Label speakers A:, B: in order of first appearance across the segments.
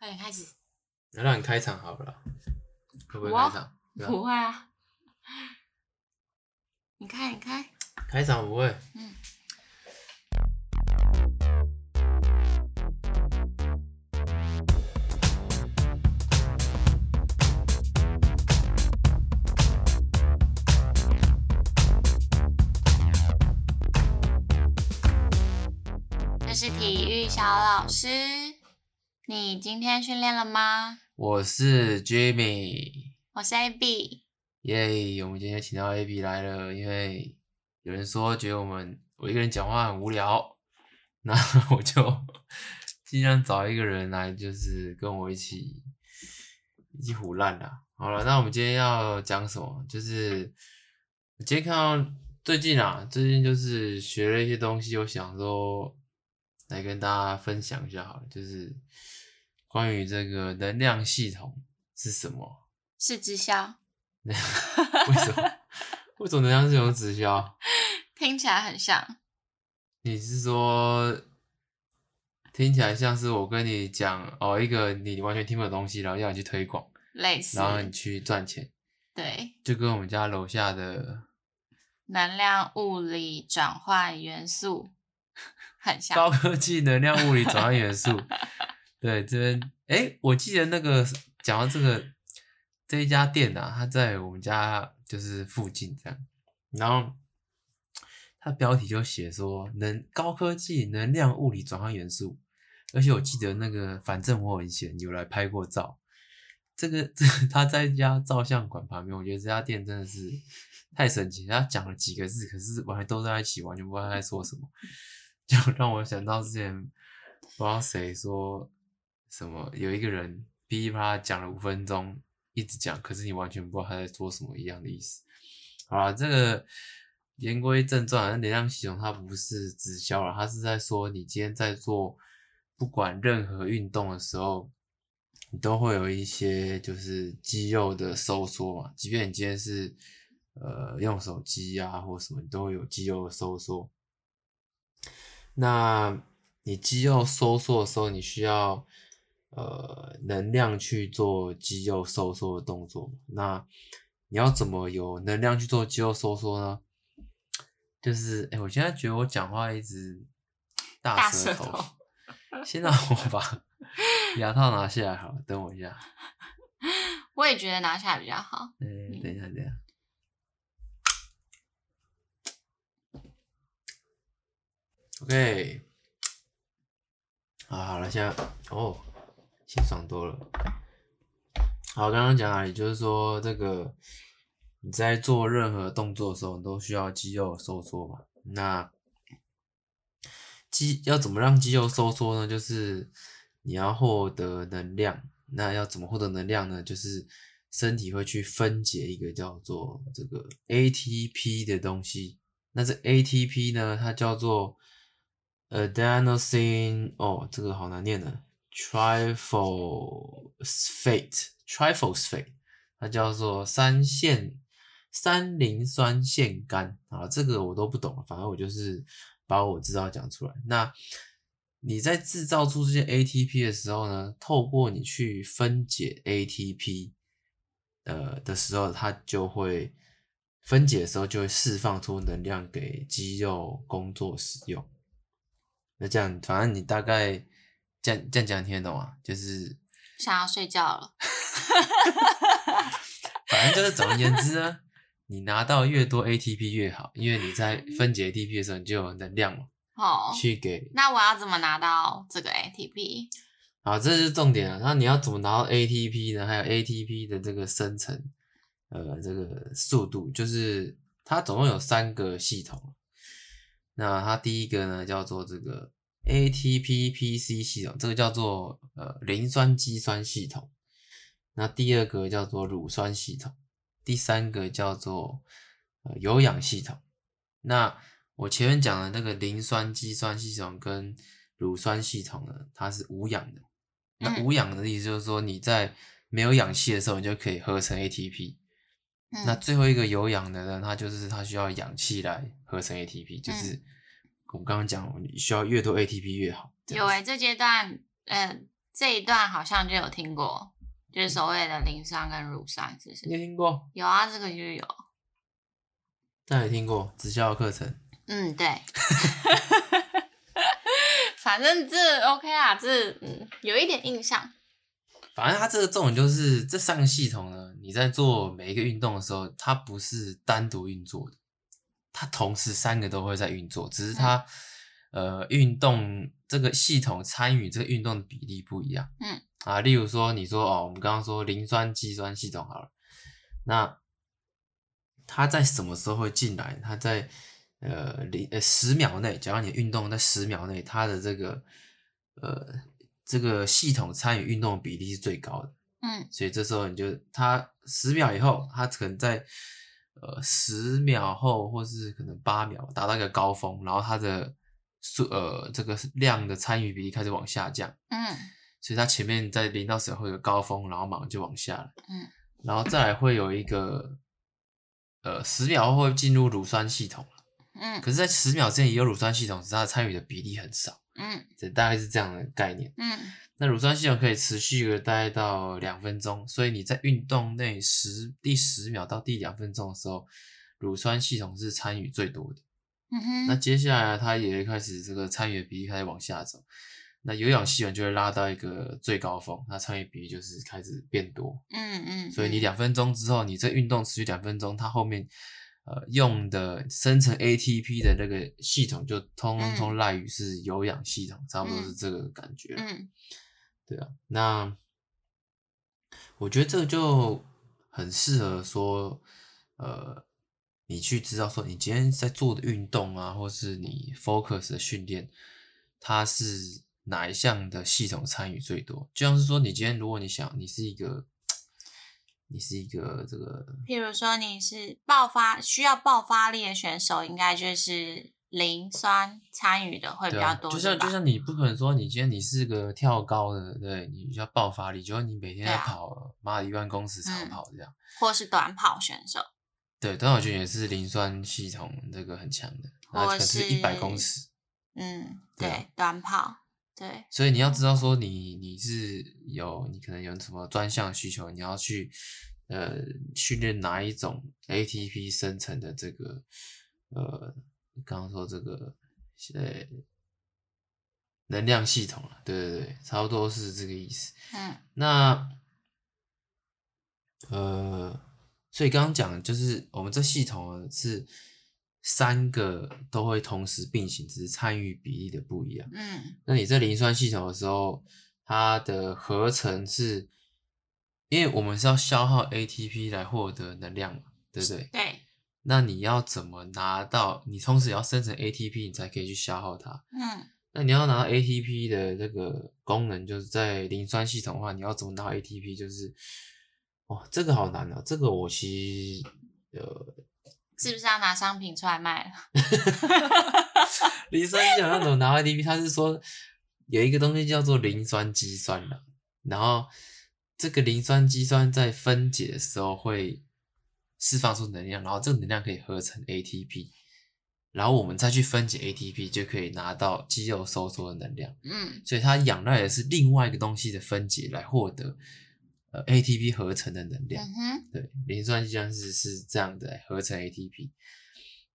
A: 你开始。
B: 那让你开场好了啦，会不会
A: 我
B: 开场？对啊
A: 不会啊，你开，你开。
B: 开场不会。
A: 嗯。这是体育小老师，你今天训练了吗？
B: 我是 Jimmy，
A: 我是 AB，
B: 耶我们今天请到 AB 来了，因为有人说觉得我们我一个人讲话很无聊，那 我就尽量找一个人来，就是跟我一起一起胡乱啦。好了，那我们今天要讲什么？就是我今天看到最近啊，最近就是学了一些东西，我想说来跟大家分享一下好了，就是关于这个能量系统是什么。
A: 是直销，
B: 为什么？为什么能量系统直销？
A: 听起来很像。
B: 你是说听起来像是我跟你讲哦，一个你完全听不懂的东西，然后要你去推广，
A: 类似，
B: 然后你去赚钱，
A: 对
B: 就跟我们家楼下的
A: 能量物理转换元素很像
B: 高。科技能量物理转换元素。对，这边哎、我记得那个讲到这个这一家店啊，它在我们家就是附近这样，然后它标题就写说能高科技能量物理转换元素，而且我记得那个反正我很闲有来拍过照。这个 这他在一家照相馆旁边，我觉得这家店真的是太神奇。他讲了几个字，可是完全都在一起，完全不知道他在说什么， 就让我想到之前不知道谁说什么，有一个人噼里啪啦讲了五分钟，一直讲，可是你完全不知道他在说什么一样的意思。好啦，这个言归正传，能量系统它不是直销了，它是在说你今天在做不管任何运动的时候，你都会有一些就是肌肉的收缩嘛，即便你今天是呃用手机啊或什么，你都会有肌肉的收缩。那你肌肉收缩的时候，你需要呃能量去做肌肉收缩的动作嘛。那你要怎么有能量去做肌肉收缩呢？就是哎、诶我现在觉得我讲话一直大
A: 大舌
B: 舌
A: 头
B: 先让我把 牙套拿下来好了，等我一下。
A: 我也觉得拿下来比较好。
B: 哎、等一下，等一下。OK，啊，好了，现在哦，清爽多了。好，刚刚讲哪里？就是说这个你在做任何动作的时候，你都需要肌肉收缩嘛。那肌要怎么让肌肉收缩呢？就是你要获得能量。那要怎么获得能量呢？就是身体会去分解一个叫做这个 ATP 的东西。那这 ATP 呢，它叫做 adenosine 哦，这个好难念的 triphosphate，triphosphate，它叫做三线三磷酸腺苷啊，这个我都不懂了，反正我就是把我知道讲出来。那你在制造出这些 ATP 的时候呢，透过你去分解 ATP，呃的时候，它就会分解的时候就会释放出能量给肌肉工作使用。那这样，反正你大概这样这样讲，你听得懂啊？就是
A: 想要睡觉了，
B: 反正就是总而言之呢，你拿到越多 ATP 越好，因为你在分解 ATP 的时候，你就有能量嘛，
A: 哦。
B: 去给
A: 那我要怎么拿到这个 ATP？
B: 好，这是重点了。啊那你要怎么拿到 ATP 呢？还有 ATP 的这个生成，呃，这个速度，就是它总共有三个系统。那它第一个呢叫做这个 ATPPC 系统，这个叫做呃磷酸肌酸系统。那第二个叫做乳酸系统，第三个叫做呃有氧系统。那我前面讲的那个磷酸肌酸系统跟乳酸系统呢，它是无氧的。那
A: 嗯
B: 无氧的意思就是说，你在没有氧气的时候，你就可以合成 ATP。那
A: 嗯，
B: 最后一个有氧的呢，它就是它需要氧气来合成 ATP，就是
A: 嗯
B: 我们刚刚讲，你需要越多 ATP 越好。这
A: 有欸
B: 样子
A: 诶、这阶段，嗯、这一段好像就有听过，就是所谓的磷酸跟乳酸，是不
B: 你
A: 是？
B: 有听过？
A: 有啊，这个就有。
B: 那也听过直销的课程，
A: 嗯， 对。反正这 OK 啊，这嗯有一点印象。
B: 反正它这个重点就是这三个系统呢，你在做每一个运动的时候，它不是单独运作的，它同时三个都会在运作，只是它、呃运动这个系统参与这个运动的比例不一样。
A: 嗯
B: 啊，例如说你说哦，我们刚刚说磷酸肌酸系统好了，那它在什么时候会进来？它在呃零呃十秒内，只要你运动在十秒内，它的这个呃这个系统参与运动的比例是最高的。
A: 嗯
B: 所以这时候你就它十秒以后，它可能在呃十秒后，或是可能八秒达到一个高峰，然后它的数呃这个量的参与比例开始往下降，
A: 嗯
B: 所以它前面在零到十会有个高峰，然后马上就往下了，
A: 嗯，
B: 然后再来会有一个呃十秒后会进入乳酸系统，
A: 嗯
B: 可是，在十秒之前也有乳酸系统，只是它的参与的比例很少，
A: 嗯
B: 这大概是这样的概念。
A: 嗯
B: 那乳酸系统可以持续个大概到两分钟，所以你在运动内十第十秒到第两分钟的时候，乳酸系统是参与最多的。
A: 嗯
B: 那
A: 哼，
B: 接下来它也开始这个参与的比例开始往下走，那有氧系统就会拉到一个最高峰，那参与比例就是开始变多。
A: 嗯嗯，
B: 所以你
A: 嗯
B: 两分钟之后，你这运动持续两分钟，它后面呃用的生成 ATP 的那个系统就通
A: 嗯
B: 通赖于是有氧系统，差不多
A: 嗯
B: 是这个感觉。
A: 嗯
B: 对啊，那我觉得这个就很适合说，呃，你去知道说你今天在做的运动啊，或是你 focus 的训练，它是哪一项的系统参与最多。就像是说，你今天如果你想你是一个，你是一个这个
A: 譬如说你是爆发需要爆发力的选手，应该就是磷酸参与的会比
B: 对
A: 较
B: 啊，
A: 多，
B: 就
A: 对
B: 像
A: 吧
B: 就像你不可能说你今天你是个跳高的，对，你要爆发力，就是你每天
A: 对
B: 在
A: 啊
B: 跑，妈的一万公尺长
A: 嗯
B: 跑这样。
A: 或是短跑选手，
B: 对，短跑圈也是磷酸系统这个很强的，然后
A: 或
B: 可能是一百公
A: 是
B: 尺，
A: 嗯，
B: 对啊
A: 对，短跑，对，
B: 所以你要知道说你你是有你可能有什么专项需求，你要去呃训练哪一种 ATP 生成的这个呃刚刚说这个呃能量系统了，对对对，差不多是这个意思。
A: 嗯
B: 那呃，所以刚刚讲的就是我们这系统呢是三个都会同时并行，只是参与比例的不一样。
A: 嗯
B: 那你在磷酸系统的时候，它的合成是，因为我们是要消耗 ATP 来获得能量嘛，对不对？
A: 对，
B: 那你要怎么拿到？你同时也要生成 ATP，你才可以去消耗它。
A: 嗯
B: 那你要拿到 ATP 的这个功能，就是在磷酸系统的话，你要怎么拿到 ATP？就是，哦，这个好难啊！这个我其实，呃，
A: 是不是要拿商品出来卖了？
B: 磷酸系统要怎么拿到 ATP？它是说有一个东西叫做磷酸肌酸的，然后这个磷酸肌酸在分解的时候会释放出能量，然后这个能量可以合成 ATP，然后我们再去分解 ATP 就可以拿到肌肉收缩的能量。
A: 嗯
B: 所以它仰赖的是另外一个东西的分解来获得呃 ATP 合成的能量。
A: 嗯哼，
B: 对，磷酸肌酸是是这样的来合成 ATP。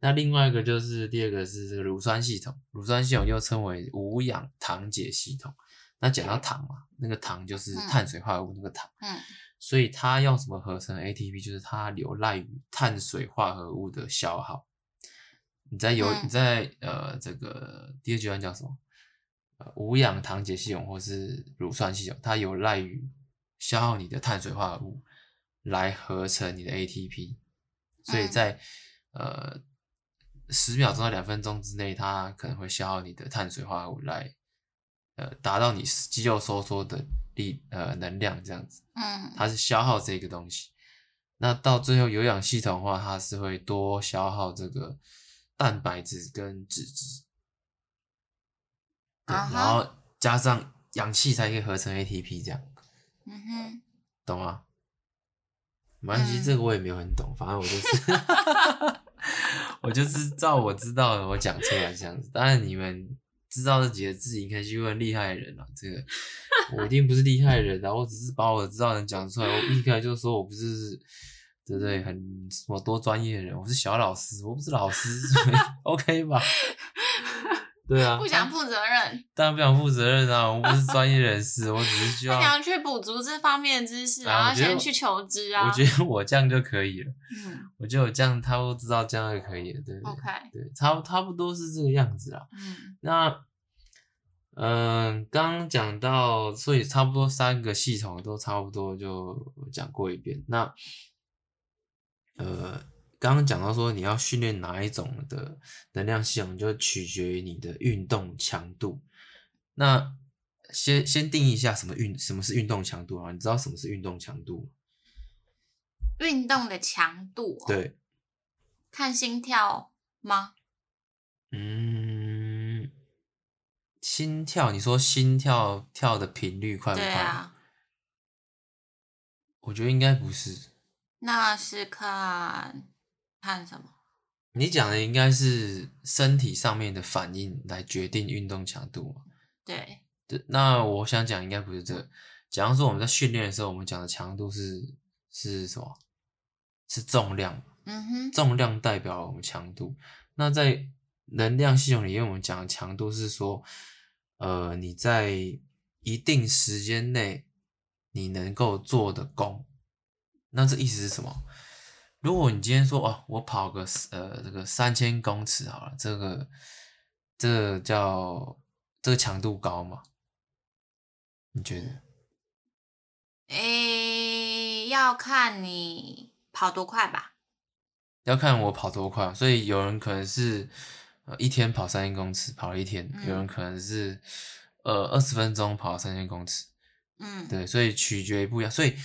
B: 那另外一个就是第二个是这个乳酸系统，乳酸系统又称为无氧糖解系统。那讲到糖嘛，那个糖就是
A: 嗯
B: 碳水化合物那个糖，
A: 嗯
B: 所以它要怎么合成 ATP，就是它有赖于碳水化合物的消耗。你在有、
A: 嗯
B: 你在呃这个第二阶段叫什么？呃，无氧糖解系统或是乳酸系统，它有赖于消耗你的碳水化合物来合成你的 ATP。所以
A: 嗯
B: 在、呃十秒钟到两分钟之内，它可能会消耗你的碳水化合物来呃达到你肌肉收缩的力呃能量这样子。
A: 嗯
B: 它是消耗这个东西。那到最后有氧系统的话，它是会多消耗这个蛋白质跟脂质，对
A: 啊哈
B: 然后加上氧气才可以合成 ATP，这样
A: 嗯哼，
B: 懂吗？没关系，
A: 嗯
B: 这个我也没有很懂，反正我就是， 我就是照我知道的我讲出来这样子。当然你们知道这几个字，你可以去问厉害的人啊。这个我一定不是厉害的人啊，我只是把我知道的讲出来。我一开就说我不是，对不对？很什么多专业的人，我是小老师，我不是老师 所以，OK 吧？对啊，
A: 不想负责任，
B: 当然不想负责任啊，我不是专业人士，我只是需
A: 他
B: 要。
A: 想要去补足这方面的知识，
B: 啊
A: 然
B: 我
A: 后
B: 觉得
A: 先去求知啊。
B: 我觉得我这样就可以了，
A: 嗯
B: 我觉得我这样，他都知道这样哦就可以了，对不对
A: ，OK，
B: 对，差不差不多是这个样子啦。
A: 嗯
B: 那，嗯，刚刚讲到，所以差不多三个系统都差不多就讲过一遍。那，呃，刚刚讲到说你要训练哪一种的能量系统，就取决于你的运动强度。那先先定义一下什么运什么是运动强度啊？你知道什么是运动强度吗？
A: 运动的强度、哦，，
B: 对，
A: 看心跳吗？
B: 嗯，心跳，你说心跳跳的频率快不
A: 对
B: 快？
A: 啊，
B: 我觉得应该不是。
A: 那是看看什么？
B: 你讲的应该是身体上面的反应来决定运动强度嘛？
A: 对，
B: 对，那我想讲应该不是这个。假如说我们在训练的时候，我们讲的强度是是什么？是重量，
A: 嗯哼，
B: 重量代表我们强度。那在能量系统里面，我们讲的强度是说，呃，你在一定时间内你能够做的功。那这意思是什么？如果你今天说哦，我跑个呃这个三千公尺好了，这个这个叫这个强度高吗？你觉得？
A: 诶，要看你跑多快吧。
B: 要看我跑多快，所以有人可能是呃一天跑三千公尺，跑了一天；
A: 嗯
B: 有人可能是呃二十分钟跑三千公尺，
A: 嗯，
B: 对，所以取决于不一样。所以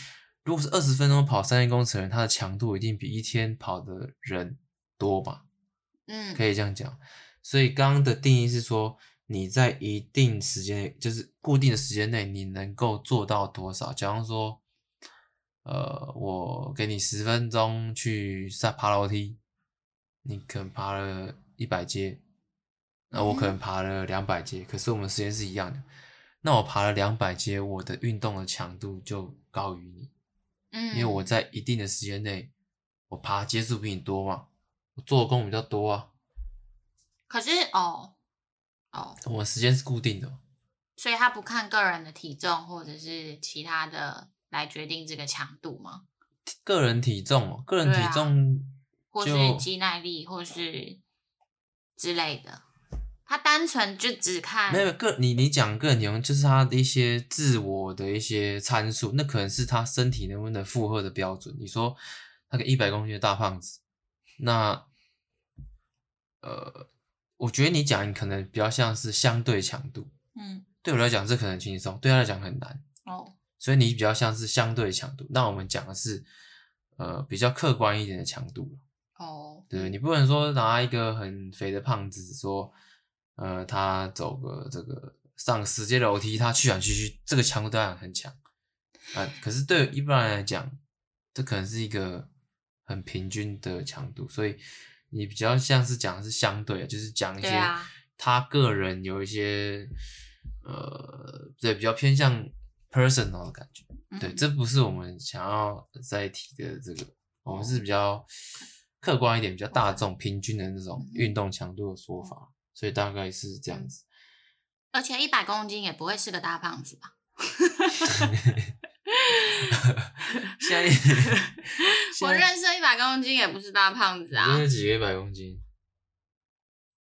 B: 如果是二十分钟跑三千公尺的人，他的强度一定比一天跑的人多吧？
A: 嗯，
B: 可以这样讲。所以刚刚的定义是说，你在一定时间内，就是固定的时间内，你能够做到多少？假如说，呃，我给你十分钟去上爬楼梯，你可能爬了一百阶，那我可能爬了两百阶，可是我们时间是一样的。那我爬了两百阶，我的运动的强度就高于你。
A: 嗯，
B: 因为我在一定的时间内，我爬接触比你多嘛，我做的功比较多啊，
A: 可是哦哦，
B: 我的时间是固定的嘛。哦
A: 所以他不看个人的体重或者是其他的来决定这个强度吗？
B: 个人体重哦，个人
A: 对
B: 体
A: 啊
B: 重
A: 或
B: 就是
A: 肌耐力，或是之类的？他单纯就只看
B: 没有个你你讲个人体重，就是他的一些自我的一些参数，那可能是他身体能不能负荷的标准。你说那个一百公斤的大胖子，那呃，我觉得你讲可能比较像是相对强度，
A: 嗯
B: 对我来讲这可能轻松，对他来讲很难。
A: 哦
B: 所以你比较像是相对强度。那我们讲的是，呃，比较客观一点的强度，
A: 哦，
B: 对不对？你不能说拿一个很肥的胖子说，呃，他走个这个上十阶楼梯，他去来去去，这个强度当然很强，啊、可是对一般人来讲，这可能是一个很平均的强度，所以你比较像是讲的是相对的，就是讲一些
A: 对啊
B: 他个人有一些，呃，对，比较偏向 personal 的感觉。
A: 嗯
B: 对，这不是我们想要在提的这个，我们是比较客观一点、比较大众、平均的那种运动强度的说法，所以大概是这样子。
A: 而且一百公斤也不会是个大胖子吧？
B: 现在
A: 我认识一百公斤也不是大胖子啊
B: 现在。几个一百公斤？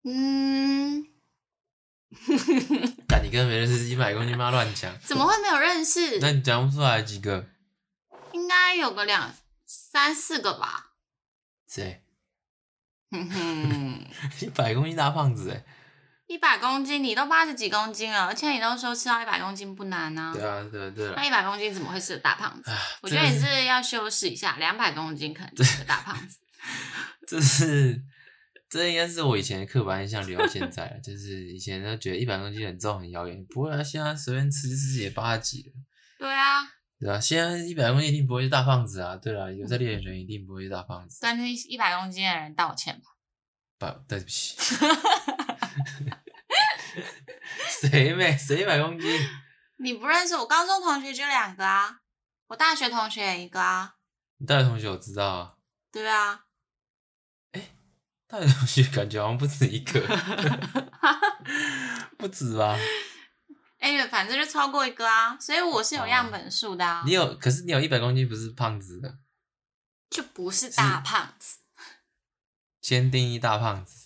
A: 嗯，
B: 但你跟没认识一百公斤，妈乱讲，
A: 怎么会没有认识？
B: 那你讲不出来几个？
A: 应该有个两三四个 吧。
B: 谁？ 嗯
A: 哼哼，
B: 一百公斤大胖子哎、
A: 一百公斤你都八十几公斤了，而且你都说吃到一百公斤不难啊。
B: 对啊，对啊对啊
A: 那。一百公斤怎么会是个大胖子？
B: 唉
A: 我觉得
B: 真的
A: 你
B: 是
A: 是要修饰一下，两百公斤可能就是个大胖子。
B: 这是这应该是我以前的刻板印象留到现在了，就是以前都觉得一百公斤很重很遥远，不会啊，现在随便吃吃也八十几了，
A: 对啊，
B: 对啊，现在一百公斤一定不会是大胖子啊，对啊，有在练的人一定不会是大胖子，
A: 跟一百公斤的人道歉吧。
B: 不，对不起，谁没谁一百公斤？
A: 你不认识我高中同学就两个啊，我大学同学也一个啊，
B: 你大学同学我知道啊，
A: 对啊，
B: 大学同学感觉好像不止一个，不止吧？
A: 哎、反正就超过一个啊，所以我是有样本数的啊，
B: 哦你有，可是你有一百公斤不是胖子的，
A: 就不是大胖子，
B: 先定义大 胖子。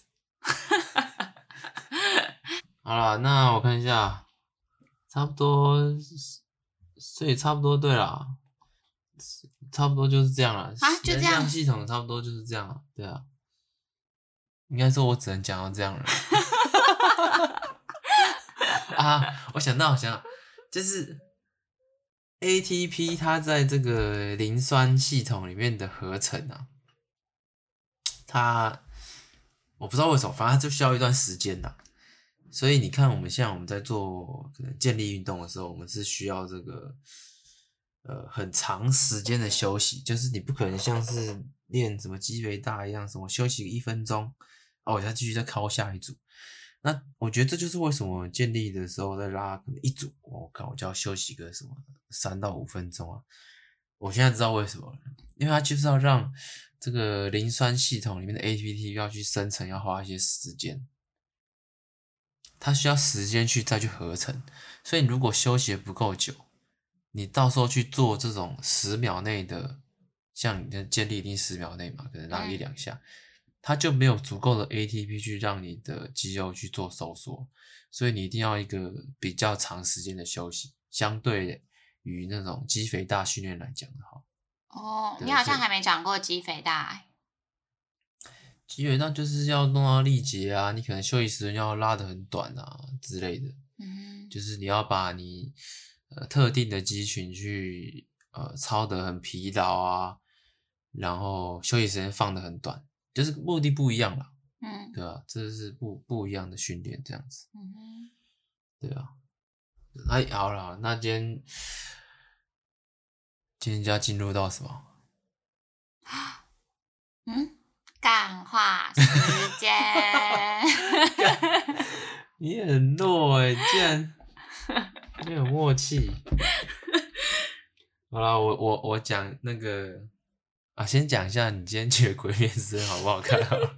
B: 好了，那我看一下，差不多，所以差不多对啦，差不多就是这样了。
A: 啊就这样
B: 能量系统差不多就是这样了，对啊。应该说，我只能讲到这样 了。啊，我想到，我想到，就是 ATP 它在这个磷酸系统里面的合成啊，它我不知道为什么，反正它就需要一段时间呐、所以你看，我们现在我们在做可能健力运动的时候，我们是需要这个呃很长时间的休息，就是你不可能像是练什么肌肥大一样，什么休息一分钟，哦，我再继续再敲下一组。那我觉得这就是为什么我建立的时候在拉可能一组，哦我靠，我就要休息个什么三到五分钟啊！我现在知道为什么了，因为它就是要让这个磷酸系统里面的 ATP 要去生成，要花一些时间，它需要时间去再去合成。所以你如果休息得不够久，你到时候去做这种十秒内的，像你的建立一定十秒内嘛，可能拉一
A: 嗯
B: 两下，它就没有足够的 ATP 去让你的肌肉去做收缩，所以你一定要一个比较长时间的休息，相对于那种肌肥大训练来讲的话，
A: 哦，
B: 对
A: 你好像
B: 是
A: 还没长过肌肥大、欸，
B: 肌肥大就是要弄到力竭啊，你可能休息时间要拉得很短啊之类的，
A: 嗯，
B: 就是你要把你呃特定的肌群去呃操得很疲劳啊，然后休息时间放得很短，就是目的不一样啦，
A: 嗯
B: 对吧、啊这是不不一样的训练这样子。
A: 嗯哼，
B: 对啊，哎，好了，好了那今天今天就要进入到什么？
A: 嗯，干话时间，
B: 你很弱哎、竟 然没有默契。好了，我我我讲那个啊，先讲一下你今天觉得《鬼灭之刃》好不好看啊好了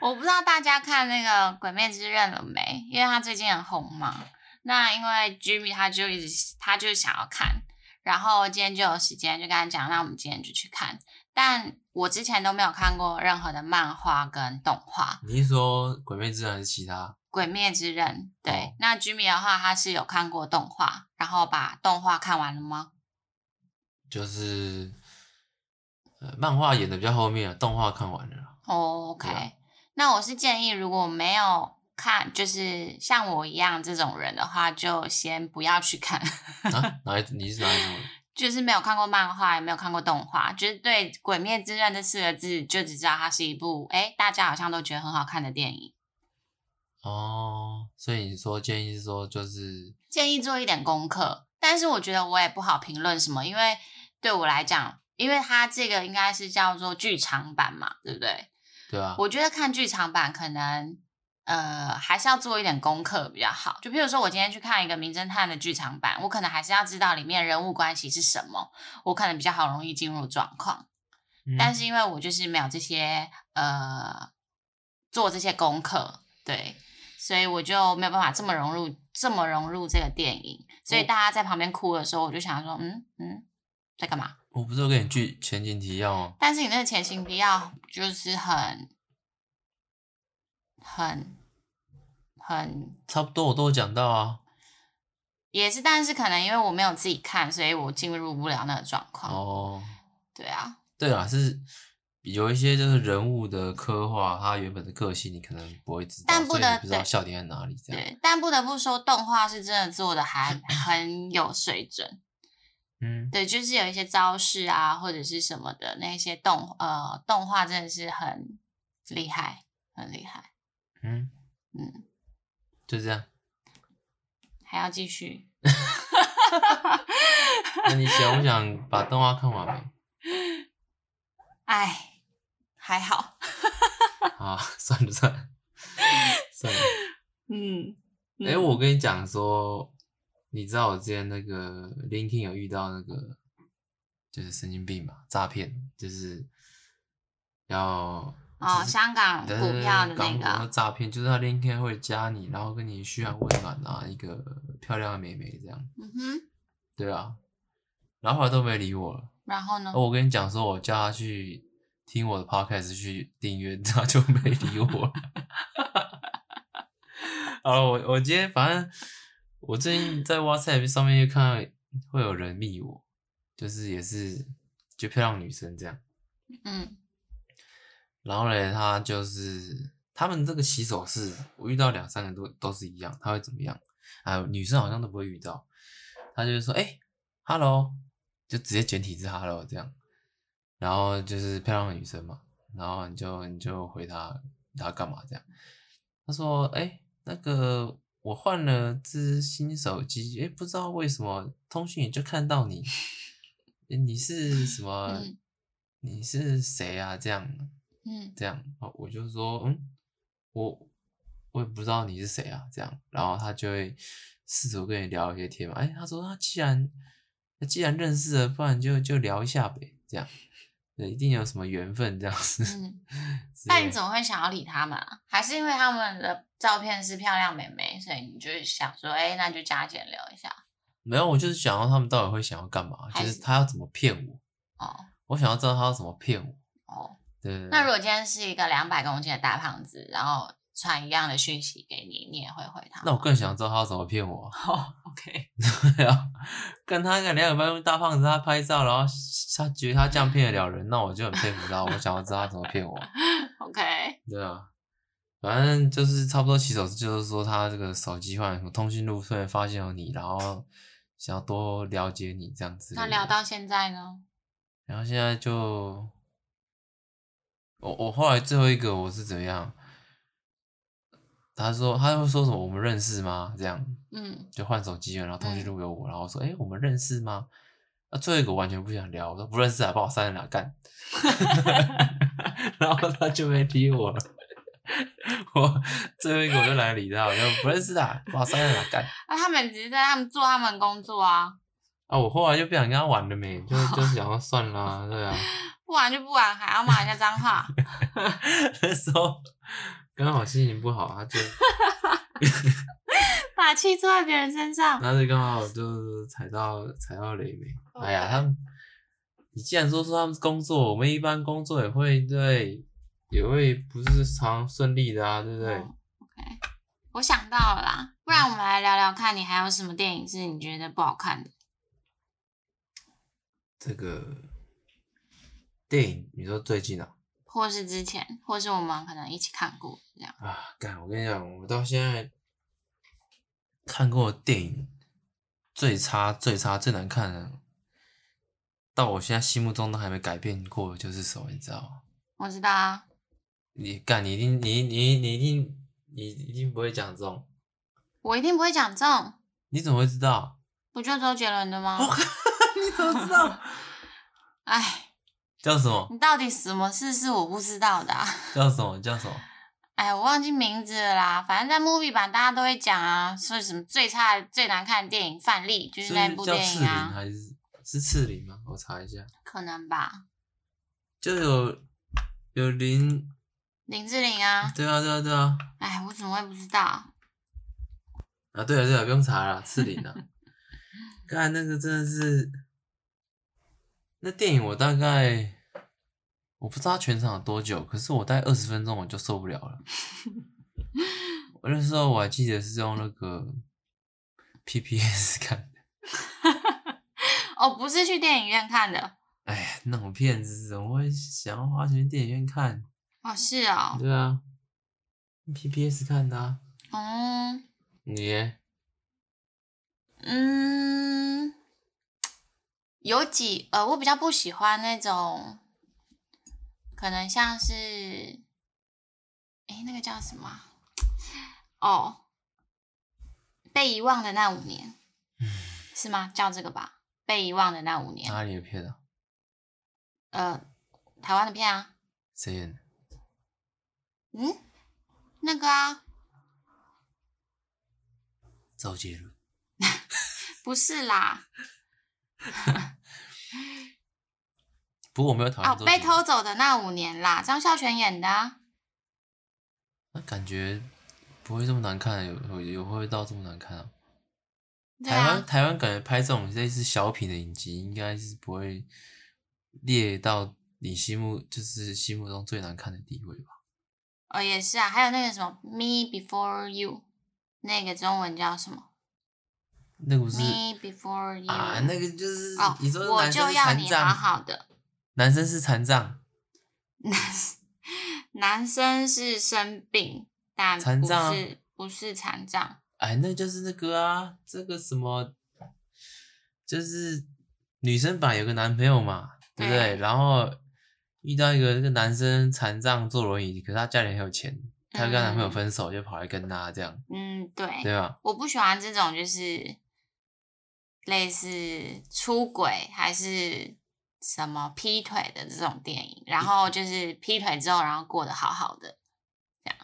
A: 我不知道大家看那个《鬼灭之刃》了没，因为他最近很红嘛。那因为 Jimmy 他就一直他就想要看，然后今天就有时间，就跟他讲，那我们今天就去看。但我之前都没有看过任何的漫画跟动画，《
B: 你是说《鬼灭之刃》还是其他？
A: 鬼灭之刃》对。
B: 哦
A: 那 Jimmy 的话，他是有看过动画，然后把动画看完了吗？
B: 就是呃，漫画演的比较后面了，啊动画看完了啦。
A: 哦 OK，、
B: 对啊
A: 那我是建议，如果没有看，就是像我一样这种人的话，就先不要去看。
B: 啊，哪一你是哪一种人？
A: 就是没有看过漫画，也没有看过动画，就是对《鬼灭之刃》这四个字就只知道它是一部哎、诶大家好像都觉得很好看的电影。
B: 哦，所以你说建议是说就是
A: 建议做一点功课，但是我觉得我也不好评论什么，因为对我来讲，因为它这个应该是叫做剧场版嘛，对不对？
B: 对啊，
A: 我觉得看剧场版可能呃还是要做一点功课比较好。就譬如说，我今天去看一个《名侦探》的剧场版，我可能还是要知道里面人物关系是什么，我可能比较好容易进入状况。
B: 嗯
A: 但是因为我就是没有这些呃做这些功课，对，所以我就没有办法这么融入这么融入这个电影。所以
B: 嗯
A: 大家在旁边哭的时候，我就想说，嗯嗯，在干嘛？
B: 我不是有给你剧前景提要吗？
A: 但是你那个前行不要就是很很很
B: 差不多我都有讲到啊。
A: 也是，但是可能因为我没有自己看，所以我进入不了那个状况。
B: 哦，
A: 对啊，
B: 对啊，是有一些就是人物的刻画，他原本的个性你可能不会知道，
A: 但不
B: 所以
A: 得
B: 你不知道
A: 对
B: 笑点在哪里这样。
A: 对，但不得不说，动画是真的做的 还很有水准。
B: 嗯，
A: 对，就是有一些招式啊，或者是什么的那些动呃动画，真的是很厉害，很厉害。
B: 嗯
A: 嗯，
B: 就这样。
A: 还要继续。
B: 那你想不想把动画看完没？
A: 哎，还好。
B: 啊，算了算了算了。
A: 嗯，
B: 哎、我跟你讲说，你知道我之前那个 LinkedIn 有遇到那个就是神经病嘛，诈骗就是要
A: 哦，
B: 就是
A: 香港
B: 对
A: 股票 的那
B: 港股那
A: 个，
B: 诈骗，就是他 LinkedIn 会加你，然后跟你嘘寒问暖啊，一个漂亮的妹妹这样，
A: 嗯哼，
B: 对啊，然后后来都没理我了。
A: 然后呢
B: 哦？我跟你讲说，我叫他去听我的 podcast 去订阅，他就没理我。 好了，我我今天反正我最近在 WhatsApp 上面又看到会有人密我，就是也是就漂亮女生这样。
A: 嗯
B: 然后嘞，他就是他们这个洗手式，我遇到两三个都都是一样，他会怎么样？啊、女生好像都不会遇到，他就是说，哎、h e l l o 就直接简体字 hello 这样，然后就是漂亮的女生嘛，然后你就你就回他他干嘛这样？他说，哎、那个我换了只新手机，哎、不知道为什么通讯也就看到你，诶你是什么？
A: 嗯
B: 你是谁啊？这样，
A: 嗯
B: 这样，哦我就说，嗯，我我也不知道你是谁啊，这样，然后他就会试图跟你聊一些天嘛，哎，他说他既然那既然认识了，不然就就聊一下呗，这样，对，一定有什么缘分这样子。
A: 嗯。
B: 之
A: 那你
B: 类
A: 怎么会想要理他们啊？还是因为他们的照片是漂亮美眉，所以你就是想说，哎、那就加减聊一下
B: 没有，我就是想要他们到底会想要干嘛，
A: 还
B: 就是是他要怎么骗我，
A: 哦
B: 我想要知道他要怎么骗我。
A: 哦。
B: 对对对
A: 那如果今天是一个两百公斤的大胖子，然后传一样的讯息给你，你也会回他吗？
B: 那我更想知道他要怎么骗我啊、
A: 哦，OK，
B: 对啊，跟他跟两百万大胖子他拍照，然后他觉得他这样骗得了人，那我就很佩服他。我想要知道他怎么骗我。
A: OK，
B: 对啊，反正就是差不多起手式，就是说他这个手机换什么通讯录，突然发现有你，然后想要多了解你这样子。
A: 那聊，到现在呢？
B: 然后现在就，我我后来最后一个我是怎样？他说他会说什么？我们认识吗？这样，
A: 嗯，
B: 就换手机了，然后通讯录给我，然后说，哎、我们认识吗？啊，最后一个完全不想聊，我说不认识啊，把我删了啦，干。然后他就没理我了。我最后一个我就懒得理他，我就不认识啦，把我删了啦，干。
A: 那、啊他们只是在他们做他们工作啊，
B: 啊，我后来就不想跟他玩了没，就就想要算啦，对啊。
A: 不玩就不玩，还要骂人家脏话。
B: 那时候刚好心情不好，他就
A: 把气出在别人身上。
B: 那就刚好就踩到踩到雷没。哎呀，他们，你既然说说他们是工作，我们一般工作也会对，也会不是常顺利的啊，对不对？
A: 嗯，OK，我想到了啦，不然我们来聊聊看，你还有什么电影是你觉得不好看的？
B: 这个电影，你说最近啊
A: 或是之前，或是我们可能一起看过这样。
B: 啊，干！我跟你讲，我到现在看过的电影最差、最差、最难看的，到我现在心目中都还没改变过，的就是什么，你知道吗？
A: 我知道啊，
B: 你干，你一定，你你你一定，你一定不会讲这种，
A: 我一定不会讲这种，
B: 你怎么会知道？
A: 不就周杰伦的
B: 哦
A: 吗？
B: 你怎么知道？
A: 哎，
B: 叫什么？
A: 你到底什么事是我不知道的、啊？
B: 叫什么？叫什么？
A: 哎，我忘记名字了啦。反正在 movie 版大家都会讲啊，说什么最差、最难看的电影范例，就是是那部
B: 叫
A: 电
B: 赤
A: 影
B: 灵
A: 啊，
B: 还是是赤灵吗？我查一下，
A: 可能吧。
B: 就有有林，
A: 林志玲啊，
B: 对啊对啊对啊
A: 哎，我怎么会不知道？
B: 啊对啊对啊，不用查了，赤灵啊。看那个真的是，那电影我大概我不知道它全场有多久，可是我大概二十分钟我就受不了 了。我那时候我还记得是用那个 PPS 看的。
A: 哦，不是去电影院看的，
B: 哎呀，那种片子怎么会想要花钱去电影院看？
A: 哦，是哦，
B: 对啊，PPS 看的、啊。
A: 嗯
B: 你耶
A: 嗯，有几呃，我比较不喜欢那种，可能像是，诶，那个叫什么啊？哦，被遗忘的那五年，是吗？叫这个吧，被遗忘的那五年，
B: 嗯哪里有片啊？
A: 呃，台湾的片啊，
B: 谁演的？
A: 嗯，那个啊，
B: 周杰伦。
A: 不是啦，
B: 不过我没有讨
A: 哦
B: 厌，周杰
A: 被
B: 伦，
A: 偷走的那五年啦，张孝全演的、啊。
B: 那感觉不会这么难看，有有有会到这么难看啊？
A: 对
B: 台湾
A: 啊，
B: 台湾感觉拍这种类似小品的影集，应该是不会列到你心目就是心目中最难看的地位吧？
A: 哦也是啊，还有那个什么《Me Before You》，那个中文叫什么
B: 那个不
A: 《
B: 是
A: Me Before You》
B: 啊，那个就是、
A: 哦
B: 你说，
A: 我
B: 男生
A: 就是要
B: 残
A: 你好
B: 障，
A: 好的。
B: 男生是残障，
A: 男生是生病，但
B: 残
A: 不
B: 障啊
A: 是不是残障。
B: 哎，那就是那个啊，这个什么，就是女生本来有个男朋友嘛，对不对？
A: 对
B: 然后遇到一个那个男生残障坐轮椅，可是他家里很有钱，他跟她男朋友
A: 嗯
B: 分手，就跑来跟他这样，
A: 嗯，对，
B: 对啊吧？
A: 我不喜欢这种就是类似出轨还是什么劈腿的这种电影，然后就是劈腿之后，然后过得好好的，这样。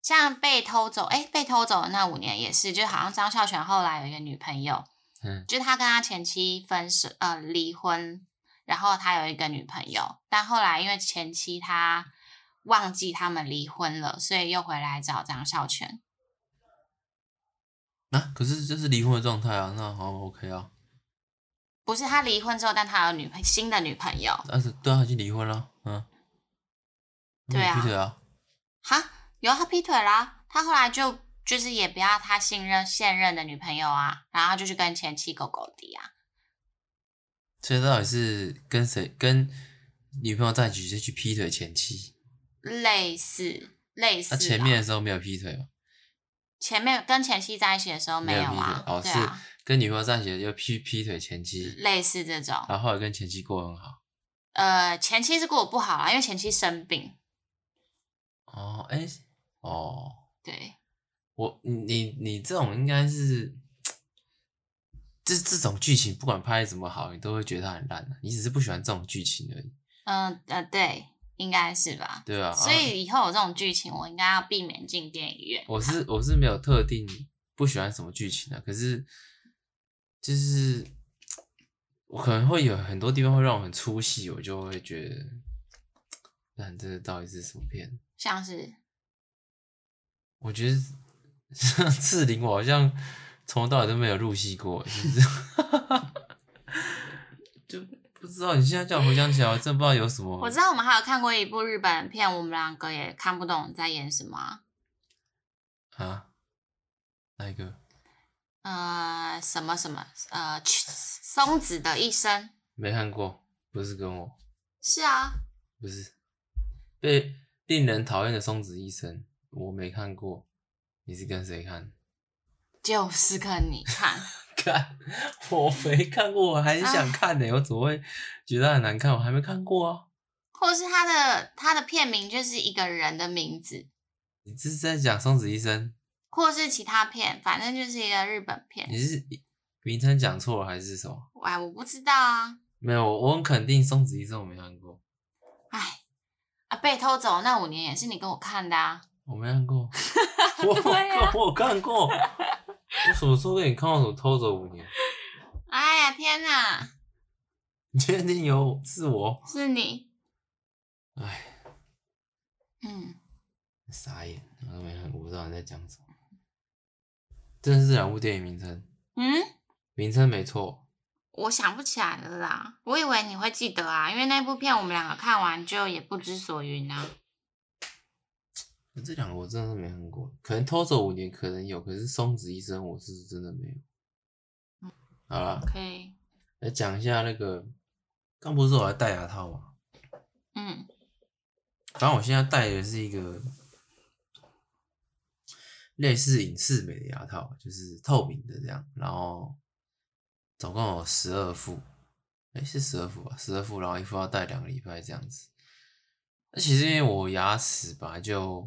A: 像被偷走，哎、被偷走的那五年也是，就好像张孝全后来有一个女朋友，
B: 嗯，
A: 就是他跟他前妻分手，呃，离婚，然后他有一个女朋友，但后来因为前妻他忘记他们离婚了，所以又回来找张孝全。
B: 啊，可是这是离婚的状态啊，那好像 OK 啊，
A: 不是他离婚之后，但他有女朋新的女朋友，
B: 但是对啊，已经离婚了，嗯，
A: 对啊
B: 劈腿啊，
A: 哈，有他劈腿啦，他后来就就是也不要他信任现任的女朋友啊，然后就去跟前妻狗狗迪啊，
B: 所以到底是跟谁跟女朋友在一起就去劈腿前妻？
A: 类似类似
B: 那
A: 啦。
B: 啊前面的时候没有劈腿吗？
A: 前面跟前妻在一起的时候没
B: 有劈腿
A: 啊，
B: 哦，
A: 对啊，
B: 是跟女朋友在一起就劈劈腿前妻，
A: 类似这种。
B: 然后后来跟前妻过得很好。
A: 呃，前妻是过得不好啦，因为前妻生病。
B: 哦，哎、哦，
A: 对，
B: 我你你你这种应该是，这这种剧情不管拍得怎么好，你都会觉得它很烂、啊、你只是不喜欢这种剧情而已，
A: 嗯呃对，应该是吧。
B: 对吧、啊？
A: 所以以后有这种剧情，我应该要避免进电影院。
B: 我是我是没有特定不喜欢什么剧情的、啊可是就是我可能会有很多地方会让我很出戏，我就会觉得，那这个到底是什么片？
A: 像是
B: 我觉得像 志玲，我好像从头到尾都没有入戏过，就是 就不知道。你现在叫我回想起来，我真的不知道有什么。
A: 我知道我们还有看过一部日本片，我们两个也看不懂在演什么啊、
B: 啊，哪一个？
A: 呃，什么什么，呃，去松子的一生
B: 没看过，不是跟我，
A: 是啊，
B: 不是被令人讨厌的松子医生，我没看过。你是跟谁看？
A: 就是跟你看，
B: 看，我没看过，我还是
A: 啊
B: 想看呢、我怎么会觉得它很难看？我还没看过啊。
A: 或是他的他的片名就是一个人的名字，
B: 你这是在讲松子医生？
A: 或是其他片，反正就是一个日本片。
B: 你是名称讲错了还是什么？
A: 哎，我不知道啊，
B: 没有，我很肯定松子医生我没看过，
A: 哎，啊，被偷走那五年也是你跟我看的啊。
B: 我没 看过，我有
A: 对啊
B: 看我有看过， 我什么时候给你看过什么偷走五年？
A: 哎呀，天哪，
B: 你确定有是我？
A: 是你，
B: 哎，
A: 嗯，
B: 傻眼，我都没看过，我不知道你在讲什么。真的是两部电影名称，
A: 嗯，
B: 名称没错，
A: 我想不起来了啦，我以为你会记得啊，因为那部片我们两个看完就也不知所云啊。
B: 这两个我真的是没看过，可能偷走五年可能有，可是松子医生我是真的没有。好了，
A: OK，
B: 来讲一下那个，刚不是说我要戴牙套吗？
A: 嗯，
B: 反正我现在戴的是一个类似隐适美的牙套，就是透明的这样，然后总共有十二副，哎、是十二副吧，十二副，然后一副要戴两个礼拜这样子。那其实因为我牙齿本来就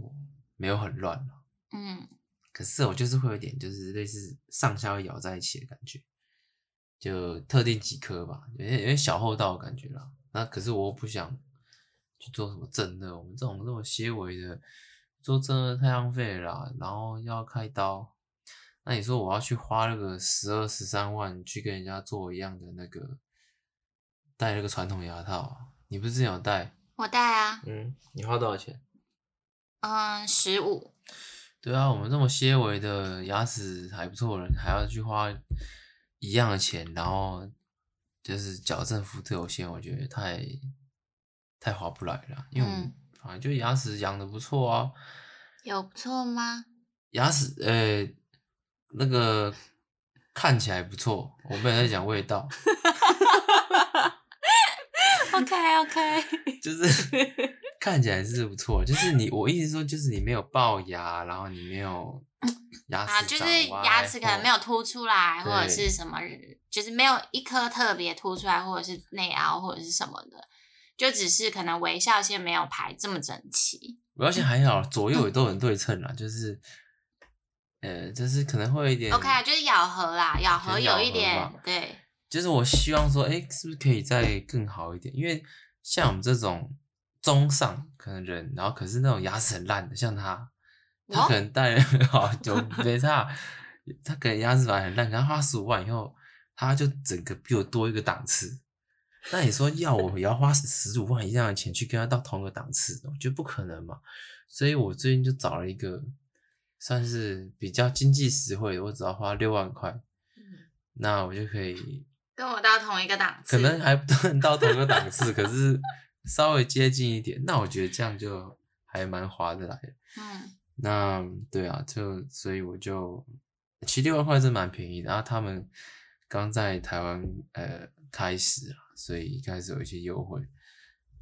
B: 没有很乱啊嘛
A: 嗯，
B: 可是我就是会有点就是类似上下会咬在一起的感觉，就特定几颗吧，有点有点小厚道的感觉啦。那可是我又不想去做什么正颚，我们这种这种些微的做正颚太浪费了啦，然后要开刀，那你说我要去花那个十二十三万去跟人家做一样的那个戴那个传统牙套啊，你不是之前有戴？
A: 我戴啊，
B: 嗯，你花多少钱？
A: 嗯，十五，
B: 对啊，我们这么些微的牙齿还不错的人，还要去花一样的钱，然后就是矫正福特有限，我觉得太太划不来了，因为我们
A: 嗯
B: 反正就牙齿养的不错啊，
A: 有不错吗？
B: 牙齿呃那个看起来不错，我本来在讲味道，
A: OK OK，
B: 就是 看起来是不错，就是你我意思说就是你没有龅牙，然后你没有牙 齿、
A: 啊，就是牙齿可能没有凸出来，或者
B: 哦对
A: 是什么，就是没有一颗特别凸出来，或者是内凹或者是什么的，就只是可能微笑线没有排这么整齐。
B: 而且还好，左右也都很对称啦，就是，呃，就是可能会有一点
A: OK 啊，就是咬合啦，咬合
B: 先咬
A: 有一
B: 合
A: 点
B: 吧
A: 对，
B: 就是我希望说，哎、是不是可以再更好一点？因为像我们这种中上可能人，然后可是那种牙齿很烂的，像他，他
A: 我
B: 可能戴 了好久没差，他可能牙齿本来很烂，然后花十五万以后，他就整个比我多一个档次。那你说要我也要花十五万一样的钱去跟他到同一个档次，我觉得不可能嘛。所以我最近就找了一个算是比较经济实惠的，我只要花六万块，那我就可以
A: 嗯跟我到同一个档
B: 可
A: 次。
B: 能还不能到同一个档次，可是稍微接近一点，那我觉得这样就还蛮划得来的。
A: 嗯，
B: 那对啊，就所以我就其实六万块是蛮便宜的，然后他们刚在台湾呃开始啊，所以一开始有一些优惠。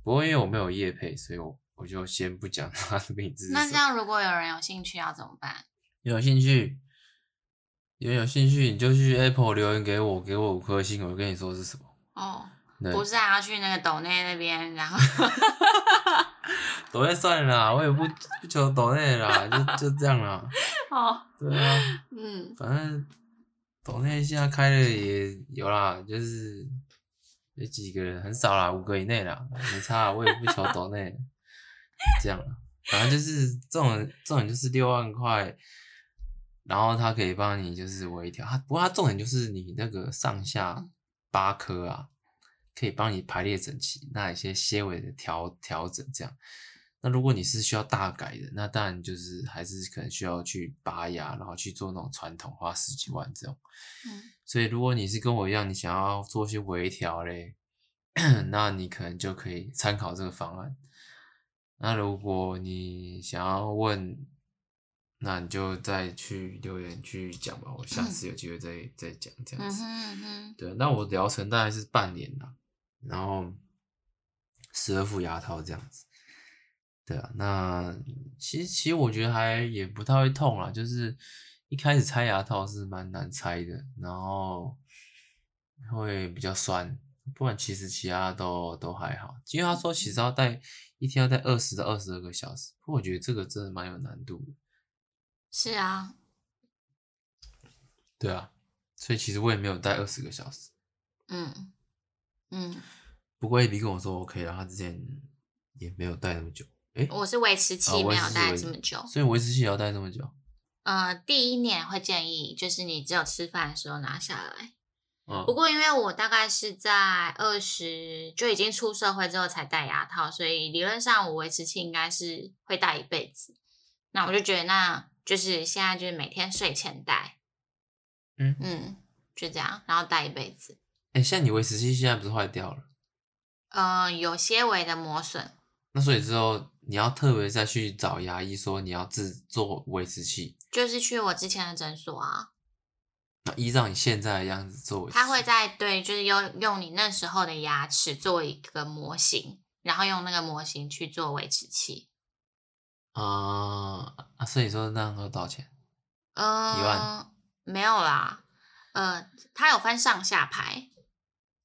B: 不过因为我没有业配，所以我我就先不讲它的名字是
A: 那
B: 什
A: 这
B: 么。
A: 样如果有人有兴趣要怎么办？
B: 有兴趣，有有兴趣你就去 Apple 留言给我，给我五颗星，我就跟你说是什么。
A: 哦，
B: 对，
A: 不是还要去那个抖内那边，然后
B: 抖内算了啦，我也不不求抖内啦，就就这样啦。
A: 哦，
B: 对啊，
A: 嗯，
B: 反正抖内现在开的也有啦，就是有几个人很少啦，五个以内啦，没差啊啦，我也不求抖内，这样啦。反正就是这种这种就是六万块，然后他可以帮你就是微调，他不过他重点就是你那个上下八颗啊，可以帮你排列整齐，那一些些微的调调整这样。那如果你是需要大改的，那当然就是还是可能需要去拔牙，然后去做那种传统，花十几万这种。
A: 嗯
B: 所以如果你是跟我一样，你想要做一些微调嘞， 那你可能就可以参考这个方案。那如果你想要问，那你就再去留言去讲吧，我下次有机会再、再讲这样
A: 嗯
B: 子。
A: 哼嗯哼，
B: 对，那我疗程大概是半年啦，然后十二副牙套这样子。对啊，那其实其实我觉得还也不太会痛啦，就是一开始拆牙套是蛮难拆的，然后会比较酸，不然其实其他都都还好。因为他说其实要戴一天要戴二十到二十二个小时，不过我觉得这个真的蛮有难度的。
A: 是啊，
B: 对啊，所以其实我也没有戴二十个小时。
A: 嗯嗯，
B: 不过 A B 跟我说 OK 了，他之前也没有戴那么久，诶、
A: 我是维持
B: 啊
A: 期
B: 我
A: 没
B: 也
A: 有
B: 是
A: 戴
B: 维
A: 这么久，
B: 所以维持器也要戴这么久
A: 呃，第一年会建议就是你只有吃饭的时候拿下来。
B: 啊？
A: 不过因为我大概是在二十就已经出社会之后才戴牙套，所以理论上我维持器应该是会戴一辈子。那我就觉得，那就是现在就是每天睡前戴，
B: 嗯
A: 嗯，就这样，然后戴一辈子。
B: 诶、现在你维持器现在不是坏掉了，
A: 呃，有些微的磨损，
B: 那所以之后你要特别再去找牙医说你要自做维持器，
A: 就是去我之前的诊所啊，
B: 那依照你现在的样子做维持器。
A: 他会在对，就是用用你那时候的牙齿做一个模型，然后用那个模型去做维持器。
B: 啊、啊，所以说那样多少钱？
A: 嗯，
B: 万
A: 没有啦，呃，它有分上下排，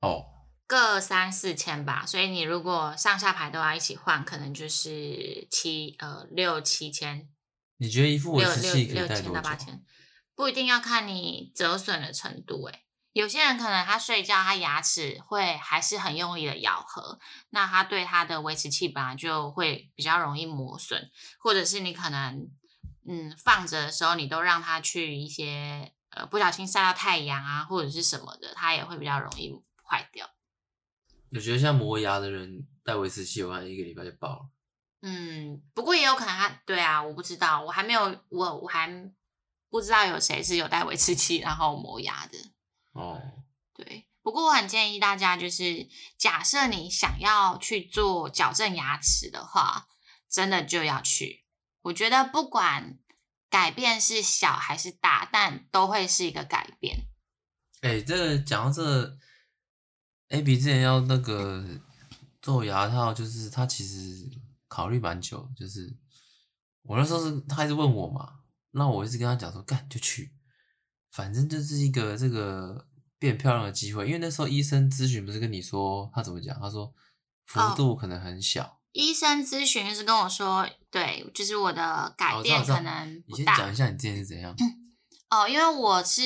B: 哦，
A: 各三四千吧。所以你如果上下排都要一起换，可能就是七呃六七千，
B: 你觉得一副维
A: 六
B: 持
A: 六
B: 器可以
A: 六
B: 戴
A: 千
B: 多
A: 到
B: 久
A: 八？千，不一定要看你折损的程度、欸。有些人可能他睡觉，他牙齿会还是很用力的咬合，那他对他的维持器本来就会比较容易磨损，或者是你可能嗯放着的时候，你都让它去一些呃不小心晒到太阳啊或者是什么的，它也会比较容易坏掉。
B: 我觉得像磨牙的人戴维斯吸完一个礼拜就爆了。
A: 嗯，不过也有可能它对啊，我不知道，我还没有我我还不知道有谁是有戴维持器然后磨牙的。
B: 哦，
A: 对，不过我很建议大家，就是假设你想要去做矫正牙齿的话，真的就要去。我觉得不管改变是小还是大，但都会是一个改变。
B: 哎、这个讲到这个 a b 之前要那个做牙套，就是他其实考虑蛮久，就是我那时候是他一直问我嘛，那我一直跟他讲说，干就去，反正就是一个这个变漂亮的机会，因为那时候医生咨询不是跟你说他怎么讲，他说幅
A: 哦
B: 度可能很小。
A: 医生咨询是跟我说，对，就是我的
B: 哦
A: 改
B: 我知
A: 变
B: 道我知道
A: 可能
B: 你
A: 不
B: 先
A: 大。
B: 讲一下你之前是怎样？
A: 哦，因为我是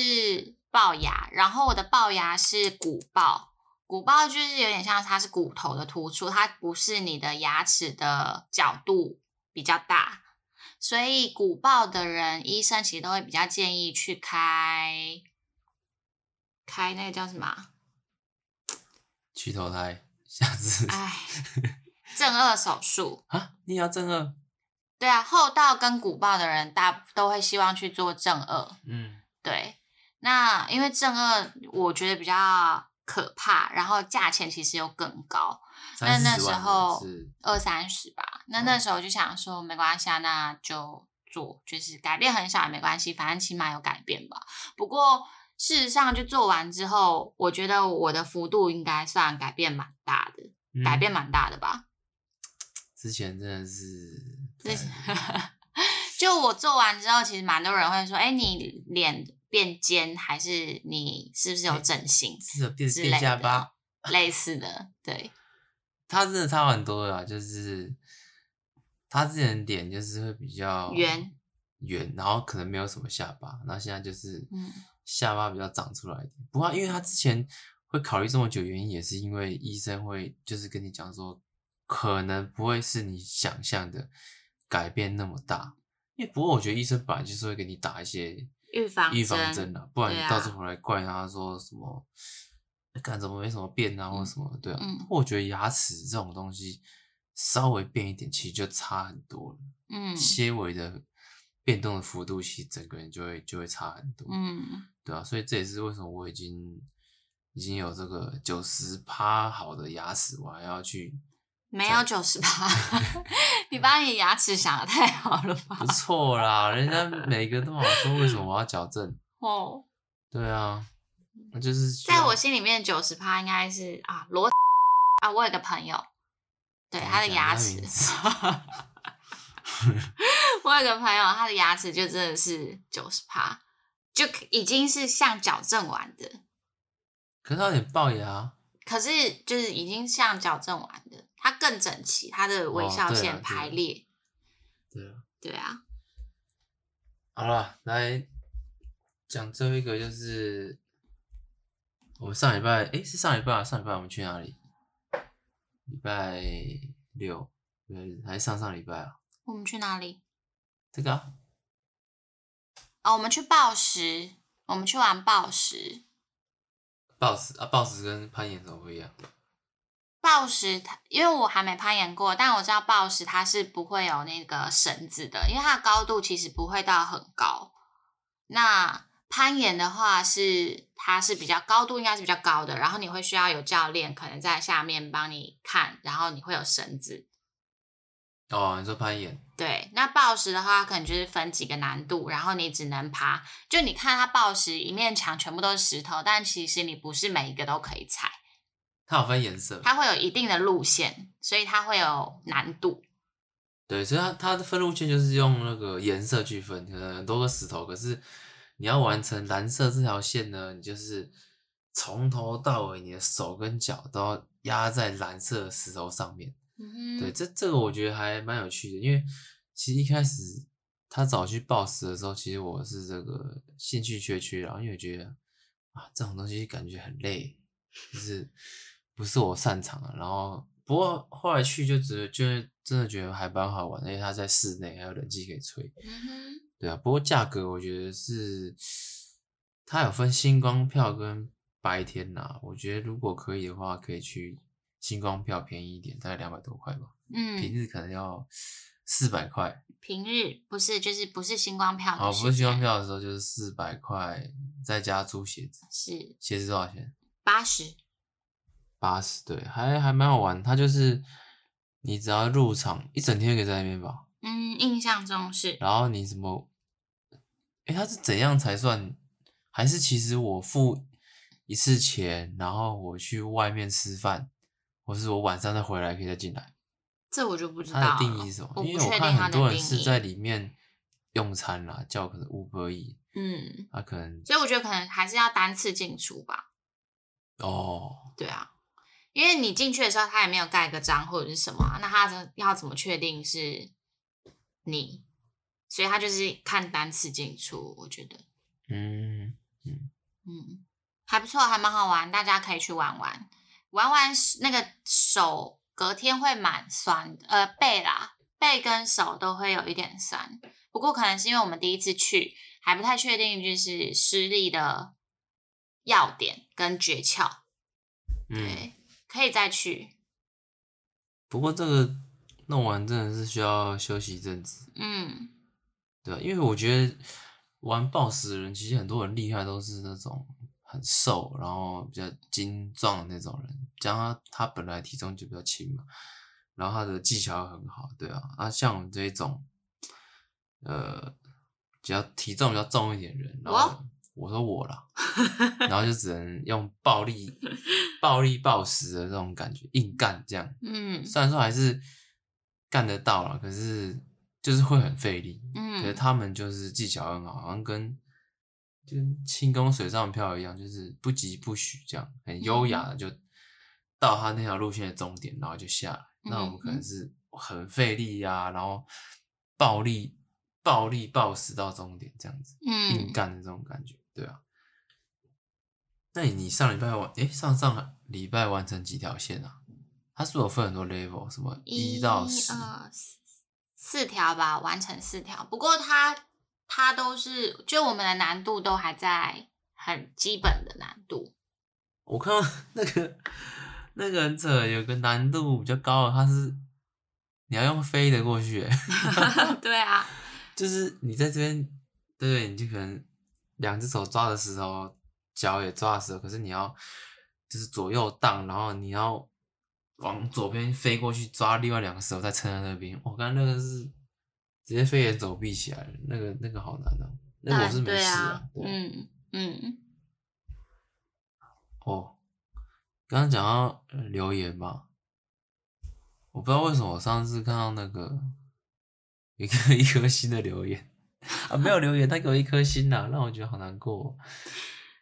A: 龅牙，然后我的龅牙是骨龅，骨龅就是有点像它是骨头的突出，它不是你的牙齿的角度比较大，所以骨龅的人，医生其实都会比较建议去开开那个叫什么啊？
B: 去投胎，下次
A: 哎，正颚手术。
B: 啊，你也要正二，
A: 对啊，后道跟骨龅的人，大都会希望去做正颚。
B: 嗯，
A: 对，那因为正二我觉得比较可怕，然后价钱其实又更高，那
B: 30
A: 那
B: 万
A: 时
B: 了
A: 候
B: 是
A: 二三十吧。那
B: 嗯
A: 那时候就想说，没关系，啊，那就做，就是改变很小也没关系，反正起码有改变吧。不过事实上，就做完之后，我觉得我的幅度应该算改变蛮大的，改
B: 嗯
A: 变蛮大的吧。
B: 之前真的是
A: 之
B: 太，
A: 前 就我做完之后，其实蛮多人会说：“哎、你脸变尖，还是你是不是有整形
B: 是的变
A: 之类
B: 变下
A: 的
B: 巴，？”
A: 类似的，对，
B: 他真的差蛮多的啦，就是他之前脸就是会比较
A: 圆
B: 圆，然后可能没有什么下巴，然后现在就是
A: 嗯
B: 下巴比较长出来一点。不过因为他之前会考虑这么久，原因也是因为医生会就是跟你讲说，可能不会是你想象的改变那么大。因为不过我觉得医生本来就是会给你打一些
A: 预防
B: 预防
A: 针
B: 针啊，不然
A: 对
B: 你
A: 啊
B: 到时候回来怪他说什么，哎干怎么没什么变啊，或者什么的，对啊。
A: 嗯
B: 不过我觉得牙齿这种东西稍微变一点，其实就差很多了。
A: 嗯
B: 些微的变动的幅度，其实整个人就会就会差很多，
A: 嗯，
B: 对啊，所以这也是为什么我已经已经有这个九十趴好的牙齿，我还 要去
A: 没有九十八， 你把你牙齿想的太好了吧
B: 不？错啦，人家每个都好说为什么我要矫正，
A: 哦，
B: 对啊，那就是
A: 嗯
B: 需
A: 在
B: 要
A: 我心里面，九十趴应该是啊罗啊，我有个朋友，对
B: 怎么
A: 他的
B: 讲
A: 牙
B: 他
A: 齿
B: 名字，
A: 我有个朋友，他的牙齿就真的是九十趴，就已经是像矫正完的，
B: 可是他有点龅牙，
A: 可是就是已经像矫正完的，他更整齐，他的微
B: 哦
A: 笑
B: 对啊
A: 线
B: 对
A: 排列，
B: 对啊，
A: 对啊，
B: 好了，来讲最后一个就是。我们上礼拜，诶、是上礼拜啊，上礼拜我们去哪里？礼拜六，嗯，还是上上礼拜啊？
A: 我们去哪里？
B: 这个啊，
A: 哦，我们去暴食，我们去玩暴食，
B: 暴食啊，暴食跟攀岩怎么不一样？
A: 暴食它，因为我还没攀岩过，但我知道暴食它是不会有那个绳子的，因为它的高度其实不会到很高。那攀岩的话是它是比较高度应该是比较高的，然后你会需要有教练可能在下面帮你看，然后你会有绳子。
B: 哦，你说攀岩，
A: 对，那暴食的话，可能就是分几个难度，然后你只能爬。就你看它暴食一面墙全部都是石头，但其实你不是每一个都可以踩，
B: 它有分颜色，
A: 它会有一定的路线，所以它会有难度。
B: 对，所以它它的分路线就是用那个颜色去分，可能很多个石头，可是你要完成蓝色这条线呢，你就是从头到尾，你的手跟脚都要压在蓝色的石头上面。
A: 嗯
B: 对，
A: 哼，
B: 这这个我觉得还蛮有趣的，因为其实一开始他找去暴食的时候，其实我是这个兴趣缺缺，然后因为我觉得啊这种东西感觉很累，就是不是我擅长啊的。然后不过后来去就只觉得真的觉得还蛮好玩的，因为它在室内还有冷气可以吹，
A: 嗯哼，
B: 对啊，不过价格我觉得是，它有分星光票跟白天啦、我觉得如果可以的话，可以去星光票便宜一点，大概两百多块吧，平
A: 嗯，
B: 日可能要四百块。
A: 平日不是就是不是星光票的
B: 好，
A: 时
B: 哦不是星光
A: 间
B: 票的时候就是四百块，再加租鞋子，
A: 是
B: 鞋子多少钱？
A: 八十，
B: 八十，对，还还蛮好玩。它就是你只要入场一整天可以在那边吧，
A: 嗯，印象中是
B: 然后你什么？哎，它是怎样才算？还是其实我付一次钱，然后我去外面吃饭，或是我晚上再回来可以再进来？
A: 这我就不知道
B: 它
A: 了
B: 的定义是什么？
A: 我
B: 因
A: 不
B: 为我
A: 确
B: 看
A: 定它
B: 很
A: 的
B: 多
A: 定
B: 人
A: 义。
B: 是在里面用餐啦，叫可能 Uber E，
A: 嗯，
B: 他可能
A: 所以我觉得可能还是要单次进出吧。
B: 哦，
A: 对啊，因为你进去的时候他也没有盖个章或者是什么啊、那他怎要怎么确定是你？所以他就是看单次进出，我觉得，
B: 嗯，
A: 嗯，还不错，还蛮好玩，大家可以去玩玩。玩完那个手隔天会蛮酸的，呃，背啦，背跟手都会有一点酸。不过可能是因为我们第一次去，还不太确定就是施力的要点跟诀窍。
B: 嗯，
A: 对，可以再去。
B: 不过这个弄完真的是需要休息一阵子。
A: 嗯，
B: 对啊，因为我觉得玩 BOSS 的人，其实很多人厉害都是那种很瘦，然后比较精壮的那种人，加上他他本来体重就比较轻嘛，然后他的技巧又很好，对啊，啊像我们这一种，呃，比较体重比较重一点的人，然后我说我啦，然后就只能用暴力、暴力暴食的这种感觉硬干这样，
A: 嗯
B: 虽然说还是干得到了，可是就是会很费力，可是
A: 嗯，
B: 他们就是技巧很好，好像跟就轻功水上漂一样，就是不急不徐这样，很优雅
A: 嗯
B: 的就到他那条路线的终点，然后就下来。那我们可
A: 嗯
B: 能是很费力呀、然后暴力、暴力、暴食到终点这样子，硬
A: 嗯，
B: 干的这种感觉，对啊。那你你上礼拜完，诶、上上礼拜完成几条线啊？它是不是有分很多 level，什么一到十？
A: 二呃四四条吧，完成四条。不过它它都是，就我们的难度都还在很基本的难度。
B: 我看到 那个那个很扯，有个难度比较高的，它是你要用飞的过去欸，
A: 对啊，
B: 就是你在这边，对对，你就可能两只手抓着石头，脚也抓着石头，可是你要就是左右荡，然后你要往左边飞过去抓另外两个石头，再撑在那边。我刚刚那个是直接飞檐走壁起来了，那个那个好难哦、那个我是没
A: 对
B: 事
A: 啊，
B: 对
A: 嗯嗯
B: 哦，刚刚讲到呃留言嘛，我不知道为什么我上次看到那个一个一颗星的留言啊，没有留言，他给我一颗星啦，让我觉得好难过哦、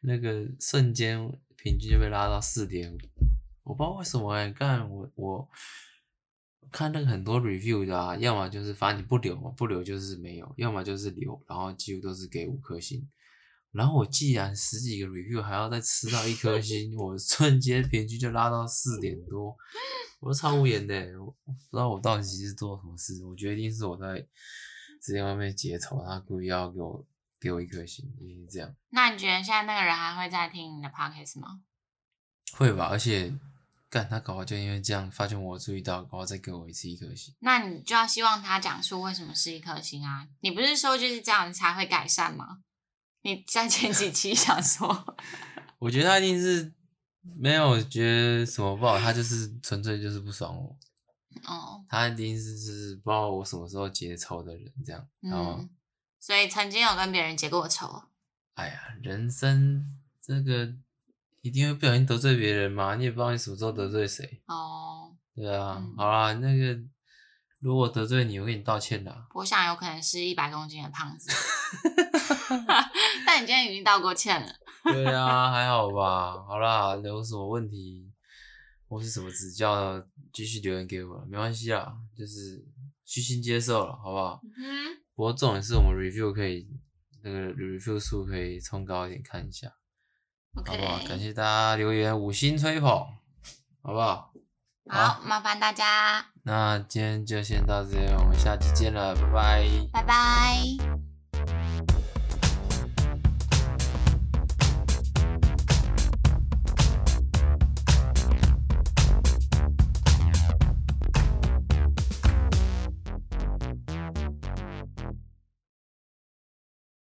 B: 那个瞬间平均就被拉到四点五，我不知道为什么哎、干我我看那个很多 review 的啊，要么就是反正你不留嘛，不留就是没有，要么就是留，然后几乎都是给五颗星。然后我既然十几个 review 还要再吃到一颗星，我瞬间平均就拉到四点多，我都超无言的欸、我我不知道我到底是做了什么事，我觉得一定是我在之前外面结仇，他故意要给我给我一颗星，一定是这样。
A: 那你觉得现在那个人还会在听你的 podcast 吗？
B: 会吧，而且干他搞不好就因为这样发现我注意到，搞不好再给我一次一颗星。
A: 那你就要希望他讲述为什么是一颗星啊？你不是说就是这样才会改善吗？你在前几期想说，
B: 我觉得他一定是没有觉得什么不好，他就是纯粹就是不爽我，
A: 哦，
B: 他一定是是不知道我什么时候结仇的人这样，然后、
A: 嗯，所以曾经有跟别人结过仇，
B: 哎呀，人生这个一定会不小心得罪别人嘛，你也不知道你什么时候得罪谁，
A: 哦，
B: 对啊，
A: 嗯
B: 好啦，那个如果得罪你，我给你道 歉啦。
A: 我想有可能是一百公斤的胖子， 但你今天已经道过歉了，
B: 对啊，还好吧。好啦，有什么问题或是什么指教呢？继续留言给我，没关系啦，就是虚心接受了，好不好？
A: 嗯，
B: 不过重点是我们 review 可以那个 review 数可以冲高一点，看一下，好不好？感
A: OK，
B: 谢大家留言五星吹捧，好不好？啊
A: 好，麻烦大家，
B: 那今天就先到这边，我们下期见了，拜拜。
A: 拜拜。